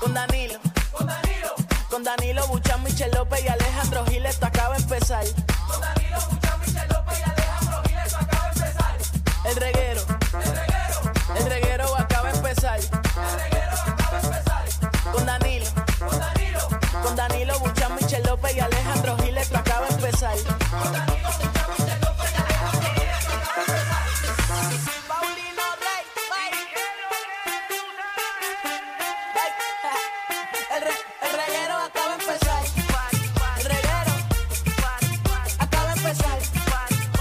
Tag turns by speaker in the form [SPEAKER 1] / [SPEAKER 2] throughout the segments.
[SPEAKER 1] Con Danilo. Con Danilo. Con Danilo Buchan, Michel López y Alejandro Gil, esto acaba de empezar.
[SPEAKER 2] Con Danilo Buchan, Michel López y Alejandro Gil, esto acaba de empezar.
[SPEAKER 1] El reguero.
[SPEAKER 2] El reguero.
[SPEAKER 1] El reguero acaba de empezar.
[SPEAKER 2] El reguero acaba de empezar.
[SPEAKER 1] Con Danilo.
[SPEAKER 2] Con Danilo.
[SPEAKER 1] Con Danilo Buchan, Michel López y Alejandro Gil, esto acaba de empezar. Paulino Rey, Rey. Rey. El re- el reguero acaba de empezar. El reguero acaba de empezar.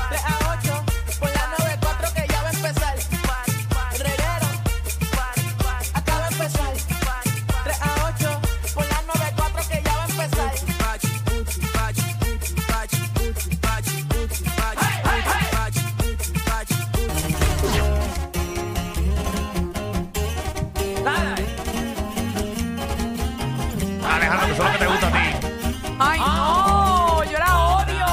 [SPEAKER 1] 3 a 8 por la 94 que ya va a empezar. El reguero acaba de empezar. 3 a 8 por la 94 que ya va a empezar.
[SPEAKER 3] Alejandro, eso es lo que te gusta a ti.
[SPEAKER 4] ¡Ay, no! ¡Yo la odio!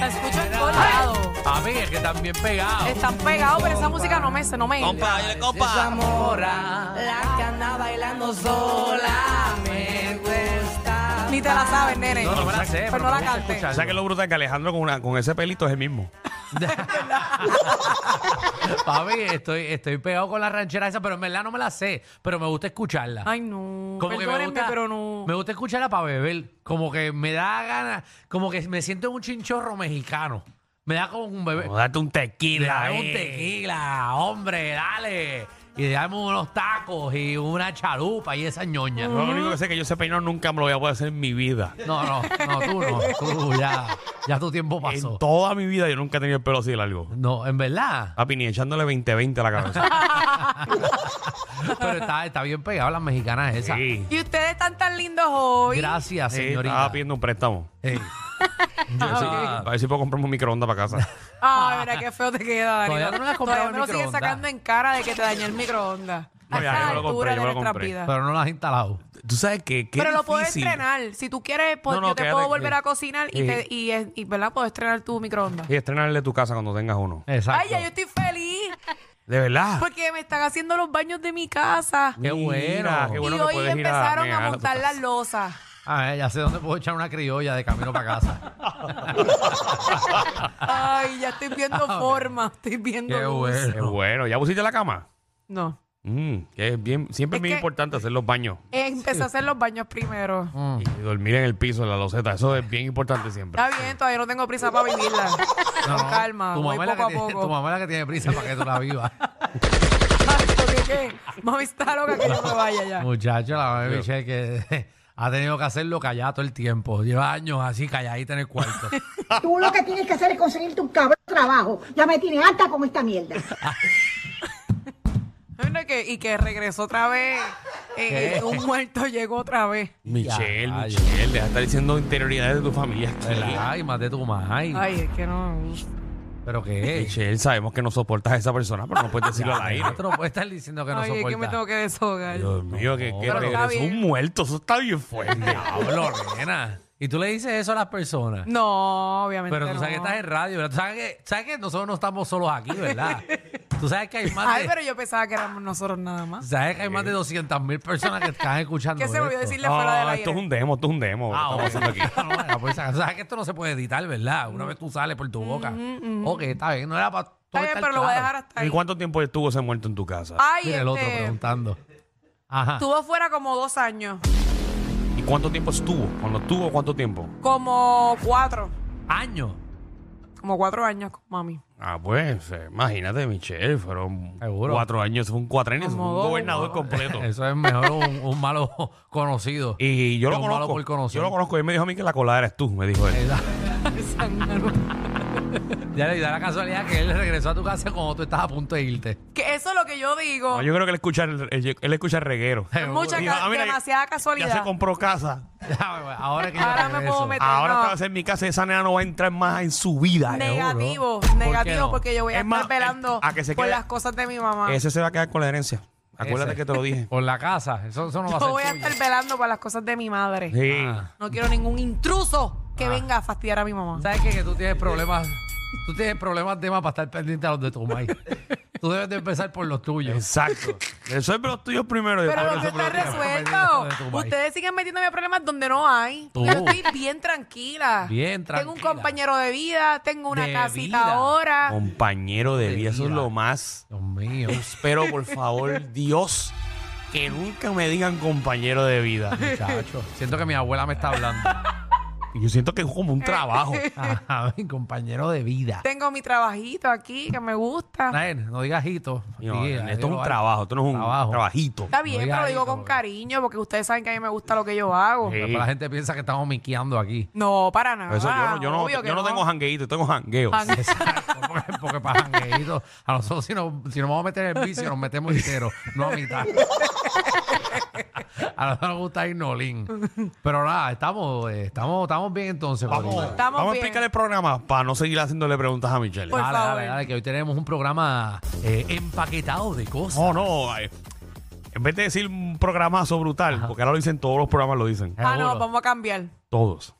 [SPEAKER 4] La escucho en todos lados.
[SPEAKER 5] A mí es que están bien pegados.
[SPEAKER 4] Están pegados, pero esa música no me se no me entra.
[SPEAKER 6] Compa, oye, compa.
[SPEAKER 1] La cana bailando sola me cuesta.
[SPEAKER 4] Ni te la sabes, nene.
[SPEAKER 5] No, no me la sé,
[SPEAKER 4] Pero
[SPEAKER 5] pero
[SPEAKER 4] no la
[SPEAKER 5] tengo que
[SPEAKER 4] cantes.
[SPEAKER 5] escuchar.
[SPEAKER 3] ¿Sabes qué es lo brutal? Que Alejandro con, una- con ese pelito es el mismo.
[SPEAKER 5] Papi, estoy, estoy pegado con la ranchera esa, pero en verdad no me la sé. Pero me gusta escucharla.
[SPEAKER 4] Ay, no.
[SPEAKER 5] Como que me
[SPEAKER 4] Perdónenme,
[SPEAKER 5] gusta,
[SPEAKER 4] pero no.
[SPEAKER 5] me gusta escucharla para beber. Como que me da ganas, como que me siento en un chinchorro mexicano. Me da como un bebé.
[SPEAKER 3] Como date un tequila.
[SPEAKER 5] Dame un
[SPEAKER 3] eh.
[SPEAKER 5] tequila, hombre, dale. Y dame unos tacos y una chalupa y esa ñoña.
[SPEAKER 3] Lo único que sé es que yo ese peinado nunca me lo voy a poder hacer en mi vida.
[SPEAKER 5] No, no, no, tú no. Tú ya, ya tu tiempo pasó.
[SPEAKER 3] En toda mi vida yo nunca he tenido el pelo así largo.
[SPEAKER 5] No, en verdad.
[SPEAKER 3] Papi, ni echándole 20-20 a la cabeza.
[SPEAKER 5] Pero está, está bien pegado las mexicanas esas.
[SPEAKER 3] Sí. Ah,
[SPEAKER 4] Y ustedes están tan lindos hoy.
[SPEAKER 5] Gracias,
[SPEAKER 3] Sí,
[SPEAKER 5] señorita.
[SPEAKER 3] estaba pidiendo un préstamo.
[SPEAKER 5] Ey. Yo
[SPEAKER 3] Sí,
[SPEAKER 5] estaba-
[SPEAKER 3] A ver si puedo comprarme un microondas para casa.
[SPEAKER 4] Ay, mira qué feo te queda, Dani.
[SPEAKER 5] Ah. Todavía tú no le has comprado
[SPEAKER 4] Todavía
[SPEAKER 5] el
[SPEAKER 4] me lo sigues
[SPEAKER 5] microondas.
[SPEAKER 4] sacando en cara de que te dañé el microondas.
[SPEAKER 3] No,
[SPEAKER 4] A
[SPEAKER 3] ya,
[SPEAKER 4] esta
[SPEAKER 3] yo me lo
[SPEAKER 4] altura
[SPEAKER 3] compré, yo
[SPEAKER 4] de
[SPEAKER 3] me lo
[SPEAKER 4] nuestras
[SPEAKER 3] compré.
[SPEAKER 4] vidas.
[SPEAKER 5] Pero no las has instalado.
[SPEAKER 3] ¿Tú sabes qué? qué
[SPEAKER 4] Pero lo puedo
[SPEAKER 3] difícil?
[SPEAKER 4] estrenar. Si tú quieres, pues,
[SPEAKER 3] No, no,
[SPEAKER 4] yo te
[SPEAKER 3] quédate
[SPEAKER 4] puedo
[SPEAKER 3] con-
[SPEAKER 5] eh,
[SPEAKER 4] volver a cocinar y,
[SPEAKER 3] Sí.
[SPEAKER 4] te, y, es- y, ¿verdad? Puedo estrenar tu microondas.
[SPEAKER 3] Y estrenarle tu casa cuando tengas uno.
[SPEAKER 5] Exacto.
[SPEAKER 4] Ay, ya yo estoy feliz
[SPEAKER 3] De verdad.
[SPEAKER 4] porque me están haciendo los baños de mi casa.
[SPEAKER 5] Qué bueno.
[SPEAKER 3] qué bueno
[SPEAKER 4] y
[SPEAKER 3] que
[SPEAKER 4] hoy
[SPEAKER 3] puedes ir a
[SPEAKER 4] empezaron
[SPEAKER 3] mear
[SPEAKER 4] a,
[SPEAKER 5] pues,
[SPEAKER 3] a tu
[SPEAKER 4] montar
[SPEAKER 3] casa.
[SPEAKER 4] las losas.
[SPEAKER 5] A ver, Ah, eh, ya sé dónde puedo echar una criolla de camino para casa.
[SPEAKER 4] Ay, ya estoy viendo forma, estoy viendo
[SPEAKER 5] Ah, Qué
[SPEAKER 4] luz.
[SPEAKER 5] bueno.
[SPEAKER 3] Qué bueno. ¿Ya pusiste la cama?
[SPEAKER 4] No.
[SPEAKER 3] Mm, que es bien, siempre
[SPEAKER 4] Es
[SPEAKER 3] es bien
[SPEAKER 4] que-
[SPEAKER 3] importante hacer los baños.
[SPEAKER 4] Eh, Empecé a hacer los baños primero.
[SPEAKER 5] Mm.
[SPEAKER 3] Y dormir en el piso, en la loseta. Eso es bien importante siempre.
[SPEAKER 4] Está bien, todavía no tengo prisa para vivirla.
[SPEAKER 5] No,
[SPEAKER 4] Con
[SPEAKER 5] no,
[SPEAKER 4] calma,
[SPEAKER 5] tu
[SPEAKER 4] voy
[SPEAKER 5] mamá es
[SPEAKER 4] poco
[SPEAKER 5] la
[SPEAKER 4] a
[SPEAKER 5] que tiene- tu
[SPEAKER 4] poco.
[SPEAKER 5] mamá es la que tiene prisa para que tú la vivas.
[SPEAKER 4] ¿Qué, qué? Mami está loca que yo me vaya ya.
[SPEAKER 5] Muchacho, la mamá de Michelle que ha tenido que hacerlo callado todo el tiempo. Lleva años así calladita en el cuarto.
[SPEAKER 7] Tú lo que tienes que hacer es conseguirte un cabrón trabajo. Ya me tiene harta con esta mierda.
[SPEAKER 4] Bueno, que- y que regresó otra vez. Eh,
[SPEAKER 5] ¿Qué?
[SPEAKER 4] un muerto llegó otra vez.
[SPEAKER 3] Michelle,
[SPEAKER 5] Ya,
[SPEAKER 3] Michelle, deja de estar diciendo interioridades de tu familia. aquí.
[SPEAKER 5] ¿Verdad? Y más de tu mamá. Ay,
[SPEAKER 4] Ay, es que no.
[SPEAKER 5] pero qué es.
[SPEAKER 3] Michelle, sabemos que no soportas a esa persona, pero no puedes decirlo al aire.
[SPEAKER 5] Tú no puedes estar diciendo que no
[SPEAKER 4] Ay, es que me tengo
[SPEAKER 5] soportas.
[SPEAKER 4] que deshogar.
[SPEAKER 3] Dios mío, que, que
[SPEAKER 5] Pero
[SPEAKER 4] está
[SPEAKER 3] regresó
[SPEAKER 4] bien.
[SPEAKER 3] un muerto. Eso está bien fuerte.
[SPEAKER 5] Diablo, nena. Y tú le dices eso a las personas.
[SPEAKER 4] No, obviamente.
[SPEAKER 5] Pero tú sabes que
[SPEAKER 4] no.
[SPEAKER 5] estás en radio, ¿verdad? Tú sabes que, sabes que nosotros no estamos solos aquí, ¿verdad? tú sabes que hay más de,
[SPEAKER 4] Ay, pero yo pensaba que éramos nosotros nada más.
[SPEAKER 5] sabes que hay más de 200 mil personas que están escuchando
[SPEAKER 4] ¿Qué se me olvidó
[SPEAKER 5] esto.
[SPEAKER 4] decirle fuera del
[SPEAKER 3] Ah,
[SPEAKER 4] aire?
[SPEAKER 3] esto es un demo, esto es un demo.
[SPEAKER 5] Ah,
[SPEAKER 3] Estamos
[SPEAKER 5] ok.
[SPEAKER 3] haciendo aquí.
[SPEAKER 5] No, bueno, pues, sabes que esto no se puede editar, ¿verdad? Una vez tú sales por tu boca. Ok, está bien. No era para todo
[SPEAKER 4] Mm. Mm-hmm, Está bien,
[SPEAKER 5] estar
[SPEAKER 4] pero lo voy a
[SPEAKER 5] claro.
[SPEAKER 4] dejar hasta
[SPEAKER 3] ¿Y
[SPEAKER 4] ahí.
[SPEAKER 3] cuánto tiempo estuvo ese muerto en tu casa?
[SPEAKER 4] Ay,
[SPEAKER 5] Mira el otro
[SPEAKER 4] este,
[SPEAKER 5] preguntando. Ajá.
[SPEAKER 4] estuvo fuera como dos años,
[SPEAKER 3] ¿Y cuánto tiempo estuvo? Cuando estuvo, ¿cuánto tiempo?
[SPEAKER 4] como cuatro,
[SPEAKER 5] Año.
[SPEAKER 4] como cuatro años con mami.
[SPEAKER 3] Ah, pues, eh, imagínate, Michelle, fueron
[SPEAKER 5] Seguro.
[SPEAKER 3] cuatro años, fue un cuatrenio, fue
[SPEAKER 4] Como
[SPEAKER 3] un
[SPEAKER 4] dos,
[SPEAKER 3] gobernador completo.
[SPEAKER 5] Eso es mejor un, un malo conocido.
[SPEAKER 3] Y yo
[SPEAKER 5] que
[SPEAKER 3] lo
[SPEAKER 5] un malo
[SPEAKER 3] conozco.
[SPEAKER 5] por conocer.
[SPEAKER 3] Yo lo conozco. Él me dijo a mí que la colada eres tú, me dijo él.
[SPEAKER 5] Ya le da la casualidad que él regresó a tu casa cuando tú estás a punto de irte.
[SPEAKER 4] que eso es lo que yo digo.
[SPEAKER 3] No, yo creo que él escucha, el- él, él escucha el reguero.
[SPEAKER 4] mucha
[SPEAKER 3] Dijo,
[SPEAKER 4] ca-
[SPEAKER 3] "Ah, mira,
[SPEAKER 4] demasiada
[SPEAKER 3] Ya se
[SPEAKER 4] casualidad.
[SPEAKER 3] compró casa.
[SPEAKER 5] pues, Ahora que yo
[SPEAKER 4] Ahora me
[SPEAKER 5] regreso.
[SPEAKER 4] puedo meter.
[SPEAKER 3] Ahora
[SPEAKER 4] no.
[SPEAKER 3] está va a ser mi casa y esa nena no va a entrar más en su vida.
[SPEAKER 4] negativo,
[SPEAKER 5] ¿Por qué
[SPEAKER 4] negativo,
[SPEAKER 5] no?
[SPEAKER 4] porque yo voy a
[SPEAKER 3] Es
[SPEAKER 4] estar
[SPEAKER 3] más,
[SPEAKER 4] velando
[SPEAKER 3] el- a que se
[SPEAKER 4] por
[SPEAKER 3] quede-
[SPEAKER 4] las cosas de mi mamá.
[SPEAKER 3] Ese se va a quedar con la herencia. Acuérdate
[SPEAKER 5] Ese.
[SPEAKER 3] que te lo dije.
[SPEAKER 5] Por la casa. Eso, eso no va
[SPEAKER 4] yo voy
[SPEAKER 5] a
[SPEAKER 4] a
[SPEAKER 5] ser tuyo.
[SPEAKER 4] estar velando por las cosas de mi madre.
[SPEAKER 3] Sí.
[SPEAKER 5] Ah.
[SPEAKER 4] No quiero ningún intruso que
[SPEAKER 5] Ah.
[SPEAKER 4] venga a fastidiar a mi mamá.
[SPEAKER 5] ¿Sabes qué? Que tú tienes problemas. Tú tienes problemas de más para estar pendiente a los de tu maíz. Tú debes de empezar por los tuyos.
[SPEAKER 3] Exacto. Resuelve los tuyos primero. y
[SPEAKER 4] Pero
[SPEAKER 3] después
[SPEAKER 4] lo que
[SPEAKER 3] resuelve
[SPEAKER 4] está
[SPEAKER 3] los tuyos.
[SPEAKER 5] Problemas de tu
[SPEAKER 4] resuelto.
[SPEAKER 5] país.
[SPEAKER 4] Ustedes siguen metiéndome problemas donde no hay.
[SPEAKER 5] Tú.
[SPEAKER 4] Yo estoy bien tranquila.
[SPEAKER 5] Bien
[SPEAKER 4] Tengo un
[SPEAKER 5] tranquila.
[SPEAKER 4] compañero de vida, tengo una
[SPEAKER 5] De
[SPEAKER 4] casita
[SPEAKER 5] vida. Oh
[SPEAKER 4] ahora.
[SPEAKER 3] Compañero de vida, eso es lo más.
[SPEAKER 5] Dios mío.
[SPEAKER 3] Espero, por favor, Dios, que nunca me digan compañero de vida.
[SPEAKER 5] Muchacho. Siento que mi abuela me está hablando.
[SPEAKER 3] Yo siento que es como un trabajo.
[SPEAKER 5] Ajá, mi compañero de vida.
[SPEAKER 4] Tengo mi trabajito aquí que me gusta.
[SPEAKER 5] Nael, no digas hito.
[SPEAKER 3] No,
[SPEAKER 5] Diga,
[SPEAKER 3] esto es
[SPEAKER 5] dilo
[SPEAKER 3] un
[SPEAKER 5] alto.
[SPEAKER 3] trabajo, esto no es un
[SPEAKER 5] Trabajo.
[SPEAKER 3] trabajito.
[SPEAKER 4] Está bien,
[SPEAKER 5] diga
[SPEAKER 4] pero lo digo
[SPEAKER 5] eso, Eh,
[SPEAKER 4] con
[SPEAKER 5] porque-
[SPEAKER 4] cariño porque ustedes saben que a mí me gusta lo que yo hago.
[SPEAKER 3] Sí.
[SPEAKER 5] Después La gente piensa que estamos miqueando aquí.
[SPEAKER 4] No, para nada.
[SPEAKER 3] Por eso yo no, yo no,
[SPEAKER 4] obvio que
[SPEAKER 3] yo no tengo jangueíto, yo tengo jangueo.
[SPEAKER 4] Jangueo.
[SPEAKER 5] Exacto, porque, porque para jangueíto, a nosotros si nos, si nos vamos a meter en vicio, nos metemos entero, no a mitad. a nosotros nos gusta ir nolín. Pero nada, estamos, eh, estamos, estamos bien entonces.
[SPEAKER 3] Vamos,
[SPEAKER 5] Corillo.
[SPEAKER 4] Estamos
[SPEAKER 3] vamos a
[SPEAKER 4] bien.
[SPEAKER 3] explicar el programa para no seguir haciéndole preguntas a Michelle.
[SPEAKER 4] Por
[SPEAKER 5] dale,
[SPEAKER 4] favor.
[SPEAKER 5] dale, dale, que hoy tenemos un programa eh, empaquetado de cosas.
[SPEAKER 3] No, no. eh, En vez de decir un programazo brutal, porque ahora lo dicen todos los programas, lo dicen.
[SPEAKER 4] Ah, no,
[SPEAKER 5] Seguro.
[SPEAKER 4] vamos a cambiar.
[SPEAKER 3] Todos.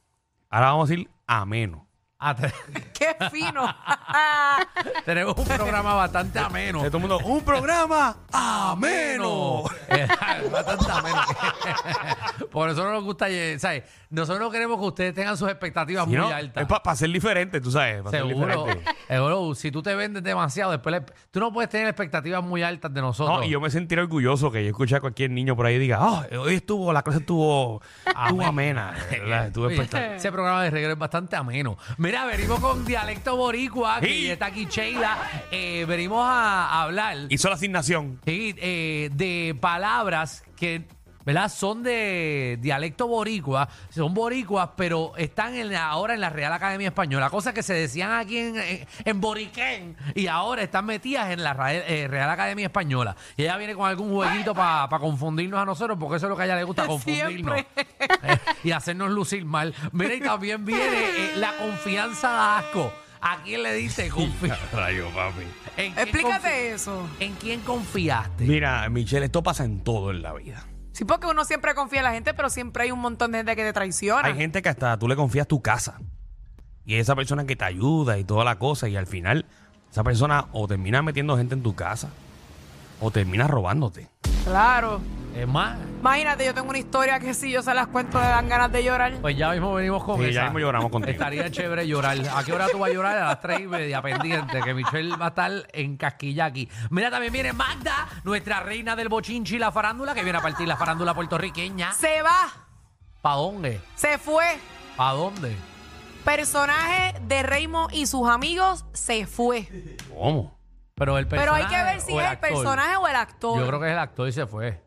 [SPEAKER 3] Ahora vamos a decir ameno.
[SPEAKER 5] Ah, te-
[SPEAKER 4] ¡Qué fino!
[SPEAKER 5] tenemos un programa bastante ameno.
[SPEAKER 3] Todo el mundo, un programa ameno.
[SPEAKER 5] menos. Bastante ameno. Por eso no nos gusta, eh, ¿sabes? Nosotros no queremos que ustedes tengan sus expectativas
[SPEAKER 3] Sí,
[SPEAKER 5] muy
[SPEAKER 3] ¿no?
[SPEAKER 5] altas.
[SPEAKER 3] Es para ser diferente, tú sabes. pa' ser
[SPEAKER 5] Seguro.
[SPEAKER 3] diferente.
[SPEAKER 5] Seguro, si tú te vendes demasiado, después le- tú no puedes tener expectativas muy altas de nosotros.
[SPEAKER 3] No, y yo me sentiré orgulloso que yo escuché a cualquier niño por ahí y diga, oh, hoy estuvo, la clase estuvo, estuvo amena. de ¿verdad? Estuvo
[SPEAKER 5] Oye,
[SPEAKER 3] espectacular.
[SPEAKER 5] ese programa de regreso es bastante ameno. Mira, venimos con dialecto boricua, que
[SPEAKER 3] Sí.
[SPEAKER 5] está aquí Sheila. Eh, venimos a hablar
[SPEAKER 3] Hizo la asignación.
[SPEAKER 5] sí, eh, de palabras que, ¿verdad? Son de dialecto boricua, son boricuas, pero están en la- ahora en la Real Academia Española. Cosas que se decían aquí en, en, en Boriquén y ahora están metidas en la Ra- eh, Real Academia Española. Y ella viene con algún jueguito para confundirnos a nosotros, porque eso es lo que a ella le gusta, confundirnos. Eh, y hacernos lucir mal. Mira, y también viene eh, la confianza da asco. ¿A quién le dice confianza?
[SPEAKER 3] Rayo, papi.
[SPEAKER 4] Explícate eso.
[SPEAKER 5] ¿En quién confiaste?
[SPEAKER 3] Mira, Michelle, esto pasa en todo en la vida.
[SPEAKER 4] Sí, porque uno siempre confía en la gente, pero siempre hay un montón de gente que te traiciona.
[SPEAKER 3] Hay gente que hasta tú le confías tu casa. Y es esa persona que te ayuda y toda la cosa. Y al final, esa persona o termina metiendo gente en tu casa o termina robándote.
[SPEAKER 4] Claro.
[SPEAKER 5] Es más,
[SPEAKER 4] Imagínate, yo tengo una historia que si yo se las cuento me dan ganas de llorar.
[SPEAKER 5] pues ya mismo venimos con
[SPEAKER 3] Sí,
[SPEAKER 5] esa.
[SPEAKER 3] ya mismo lloramos contigo.
[SPEAKER 5] Estaría chévere llorar. ¿A qué hora tú vas a llorar? A las tres y media, pendiente, que Michelle va a estar en casquilla aquí. Mira, también viene Magda, nuestra reina del bochinchi y la farándula, que viene a partir la farándula puertorriqueña.
[SPEAKER 4] Se va,
[SPEAKER 5] ¿Pa' dónde?
[SPEAKER 4] se fue.
[SPEAKER 5] ¿Pa' dónde?
[SPEAKER 4] Personaje de Raymond y sus amigos se fue.
[SPEAKER 3] ¿Cómo?
[SPEAKER 5] Pero el
[SPEAKER 4] Pero hay
[SPEAKER 5] personaje
[SPEAKER 4] que ver si
[SPEAKER 5] o
[SPEAKER 4] es el
[SPEAKER 5] actor.
[SPEAKER 4] personaje o el actor.
[SPEAKER 5] Yo creo que es el actor y se fue.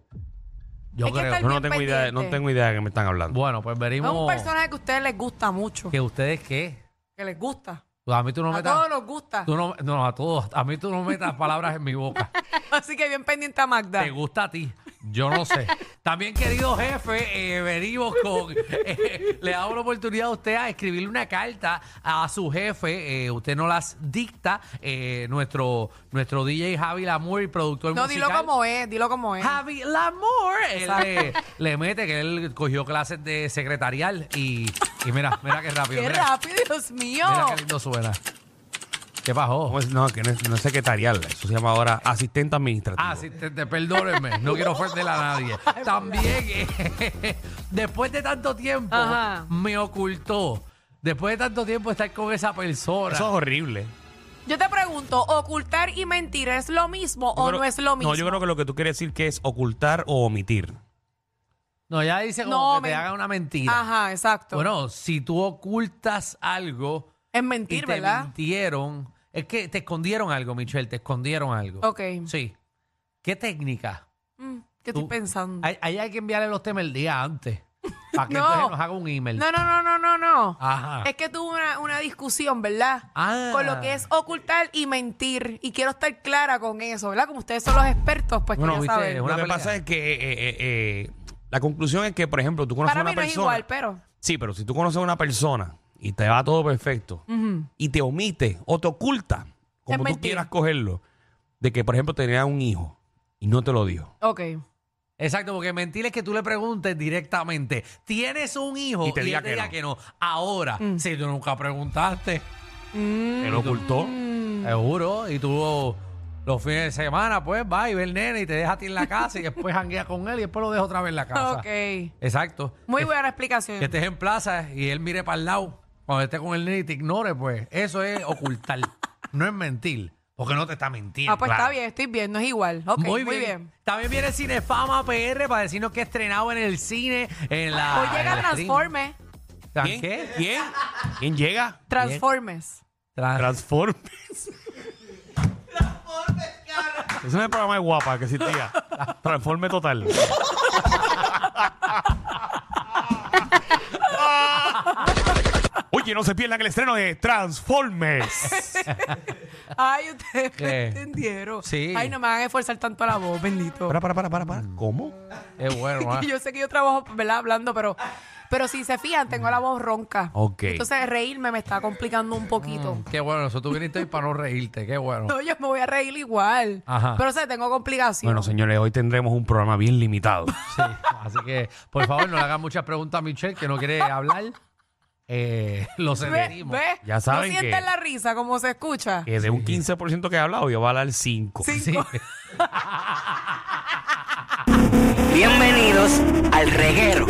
[SPEAKER 5] Yo
[SPEAKER 4] Es que
[SPEAKER 5] creo.
[SPEAKER 4] está
[SPEAKER 3] Yo no
[SPEAKER 4] Bien
[SPEAKER 3] tengo idea, no
[SPEAKER 4] pendiente.
[SPEAKER 3] tengo idea de qué me están hablando.
[SPEAKER 5] Bueno, pues
[SPEAKER 4] es
[SPEAKER 5] veremos.
[SPEAKER 4] un personaje que a ustedes les gusta mucho.
[SPEAKER 5] ¿Que ustedes qué?
[SPEAKER 4] Que les gusta.
[SPEAKER 5] A mí tú no
[SPEAKER 4] a
[SPEAKER 5] metas.
[SPEAKER 4] todos nos gusta.
[SPEAKER 5] tú no, no, a todos. A mí tú no metas palabras en mi boca.
[SPEAKER 4] Así que bien pendiente a Magda.
[SPEAKER 5] Te gusta a ti. Yo no sé. También, querido jefe, eh, venimos con. eh, le damos la oportunidad a usted a escribirle una carta a su jefe. eh, usted no las dicta. eh, nuestro, nuestro DJ Javi Lamour, el productor
[SPEAKER 4] No,
[SPEAKER 5] musical. Ah,
[SPEAKER 4] dilo como es, dilo como es.
[SPEAKER 5] Javi Lamour. Él le, le mete que él cogió clases de secretarial y, y mira, mira qué rápido.
[SPEAKER 4] ¡Qué
[SPEAKER 5] mira,
[SPEAKER 4] rápido, Dios mío!
[SPEAKER 5] mira qué lindo suena. ¿Qué pasó?
[SPEAKER 3] ¿Cómo es? No, que no es, no es secretarial. Eso se llama ahora asistente administrativo.
[SPEAKER 5] Ah, sí, te, te- perdónenme, no quiero ofender a nadie. También, eh, después de tanto tiempo,
[SPEAKER 4] Ajá.
[SPEAKER 5] me ocultó. Después de tanto tiempo estar con esa persona.
[SPEAKER 3] Eso es horrible.
[SPEAKER 4] Yo te pregunto, ¿ocultar y mentir es lo mismo
[SPEAKER 3] Yo
[SPEAKER 4] o
[SPEAKER 3] creo-
[SPEAKER 4] no es lo mismo?
[SPEAKER 3] No, yo creo que lo que tú quieres decir que es ocultar o omitir.
[SPEAKER 5] No, ya dice como
[SPEAKER 4] No,
[SPEAKER 5] que te
[SPEAKER 4] men-
[SPEAKER 5] hagan una mentira.
[SPEAKER 4] Ajá, exacto.
[SPEAKER 5] Bueno, si tú ocultas algo
[SPEAKER 4] es
[SPEAKER 5] y
[SPEAKER 4] mentir,
[SPEAKER 5] te
[SPEAKER 4] ¿verdad?
[SPEAKER 5] mintieron, es que te escondieron algo, Michelle, te escondieron algo.
[SPEAKER 4] Ok.
[SPEAKER 5] Sí. ¿Qué técnica?
[SPEAKER 4] Mm, ¿Qué estoy
[SPEAKER 5] Tú-
[SPEAKER 4] pensando?
[SPEAKER 5] Hay, hay que enviarle los temas el día antes para que
[SPEAKER 4] No.
[SPEAKER 5] entonces nos haga un email.
[SPEAKER 4] No, no, no, no, no, no.
[SPEAKER 5] Ajá.
[SPEAKER 4] Es que tuve una, una discusión, ¿verdad?
[SPEAKER 5] Ah.
[SPEAKER 4] Con lo que es ocultar y mentir. Y quiero estar clara con eso, ¿verdad? Como ustedes son los expertos, pues
[SPEAKER 5] Bueno,
[SPEAKER 4] que ya
[SPEAKER 5] viste,
[SPEAKER 4] saben.
[SPEAKER 5] es una
[SPEAKER 3] lo que
[SPEAKER 5] pelea.
[SPEAKER 3] pasa es que eh, eh, eh, la conclusión es que, por ejemplo, tú conoces
[SPEAKER 4] Para
[SPEAKER 3] a una
[SPEAKER 4] mí no es
[SPEAKER 3] persona.
[SPEAKER 4] igual, pero...
[SPEAKER 3] Sí, pero si tú conoces a una persona y te va todo perfecto
[SPEAKER 4] Mm.
[SPEAKER 3] y te omite o te oculta, como tú
[SPEAKER 4] mentir.
[SPEAKER 3] quieras cogerlo, de que, por ejemplo, tenía un hijo y no te lo dijo.
[SPEAKER 4] Ok.
[SPEAKER 5] Exacto, porque mentir es que tú le preguntes directamente, ¿tienes un hijo?
[SPEAKER 3] Y te
[SPEAKER 5] él
[SPEAKER 3] diga que no.
[SPEAKER 5] Ahora,
[SPEAKER 4] Mm.
[SPEAKER 5] si tú nunca preguntaste,
[SPEAKER 4] Mm.
[SPEAKER 3] Te lo ocultó.
[SPEAKER 5] seguro, y tú los fines de semana, pues va y ve el nene y te deja a ti en la casa y después janguea con él y después lo deja otra vez en la casa.
[SPEAKER 4] Ok.
[SPEAKER 5] Exacto.
[SPEAKER 4] Muy
[SPEAKER 5] Que-
[SPEAKER 4] buena explicación.
[SPEAKER 5] Que estés en plaza y él mire para el lado. Cuando esté con el nene y te ignore, pues eso es ocultar. no es mentir. Porque no te está mintiendo.
[SPEAKER 4] ah, pues
[SPEAKER 5] claro.
[SPEAKER 4] está bien, estoy bien, no es igual. Ok, muy, bien.
[SPEAKER 5] También viene Cinefama PR para decirnos que estrenado en el cine. En la,
[SPEAKER 4] Hoy llega Transformes.
[SPEAKER 5] ¿Tan
[SPEAKER 3] ¿Quién?
[SPEAKER 5] qué?
[SPEAKER 3] ¿Quién? ¿Quién llega?
[SPEAKER 4] Transformes.
[SPEAKER 5] Tran-
[SPEAKER 3] Transformes. Ese es el programa de guapa que existía. Transforme total. Oye, no se pierdan el estreno de Transformes.
[SPEAKER 4] Ay, ustedes
[SPEAKER 5] ¿Qué?
[SPEAKER 4] me entendieron.
[SPEAKER 5] Sí.
[SPEAKER 4] Ay, no me van a esforzar tanto la voz, bendito.
[SPEAKER 3] Para, para, para, para, para. ¿Cómo?
[SPEAKER 5] Es bueno, ¿ah?
[SPEAKER 4] Y yo sé que yo trabajo, ¿verdad? Hablando, pero, pero si se fijan, tengo la voz ronca.
[SPEAKER 3] Ok. Mm.
[SPEAKER 4] Entonces reírme me está complicando un poquito.
[SPEAKER 5] Qué bueno, eso tú viniste hoy para no reírte, qué bueno.
[SPEAKER 4] No, yo me voy a reír igual.
[SPEAKER 5] Ajá.
[SPEAKER 4] Pero, o sea, tengo complicaciones.
[SPEAKER 3] Bueno, señores, hoy tendremos un programa bien limitado.
[SPEAKER 5] Sí, así que, por favor, no le hagan muchas preguntas a Michelle, que no quiere hablar. Eh, lo
[SPEAKER 4] ¿Ve?
[SPEAKER 5] sentimos.
[SPEAKER 4] ¿Ve?
[SPEAKER 3] Ya saben
[SPEAKER 4] ¿No
[SPEAKER 3] que-
[SPEAKER 4] sienten la risa como se escucha?
[SPEAKER 3] Que de un 15% que he hablado, yo voy a hablar 5.
[SPEAKER 5] Sí.
[SPEAKER 6] Bienvenidos al reguero.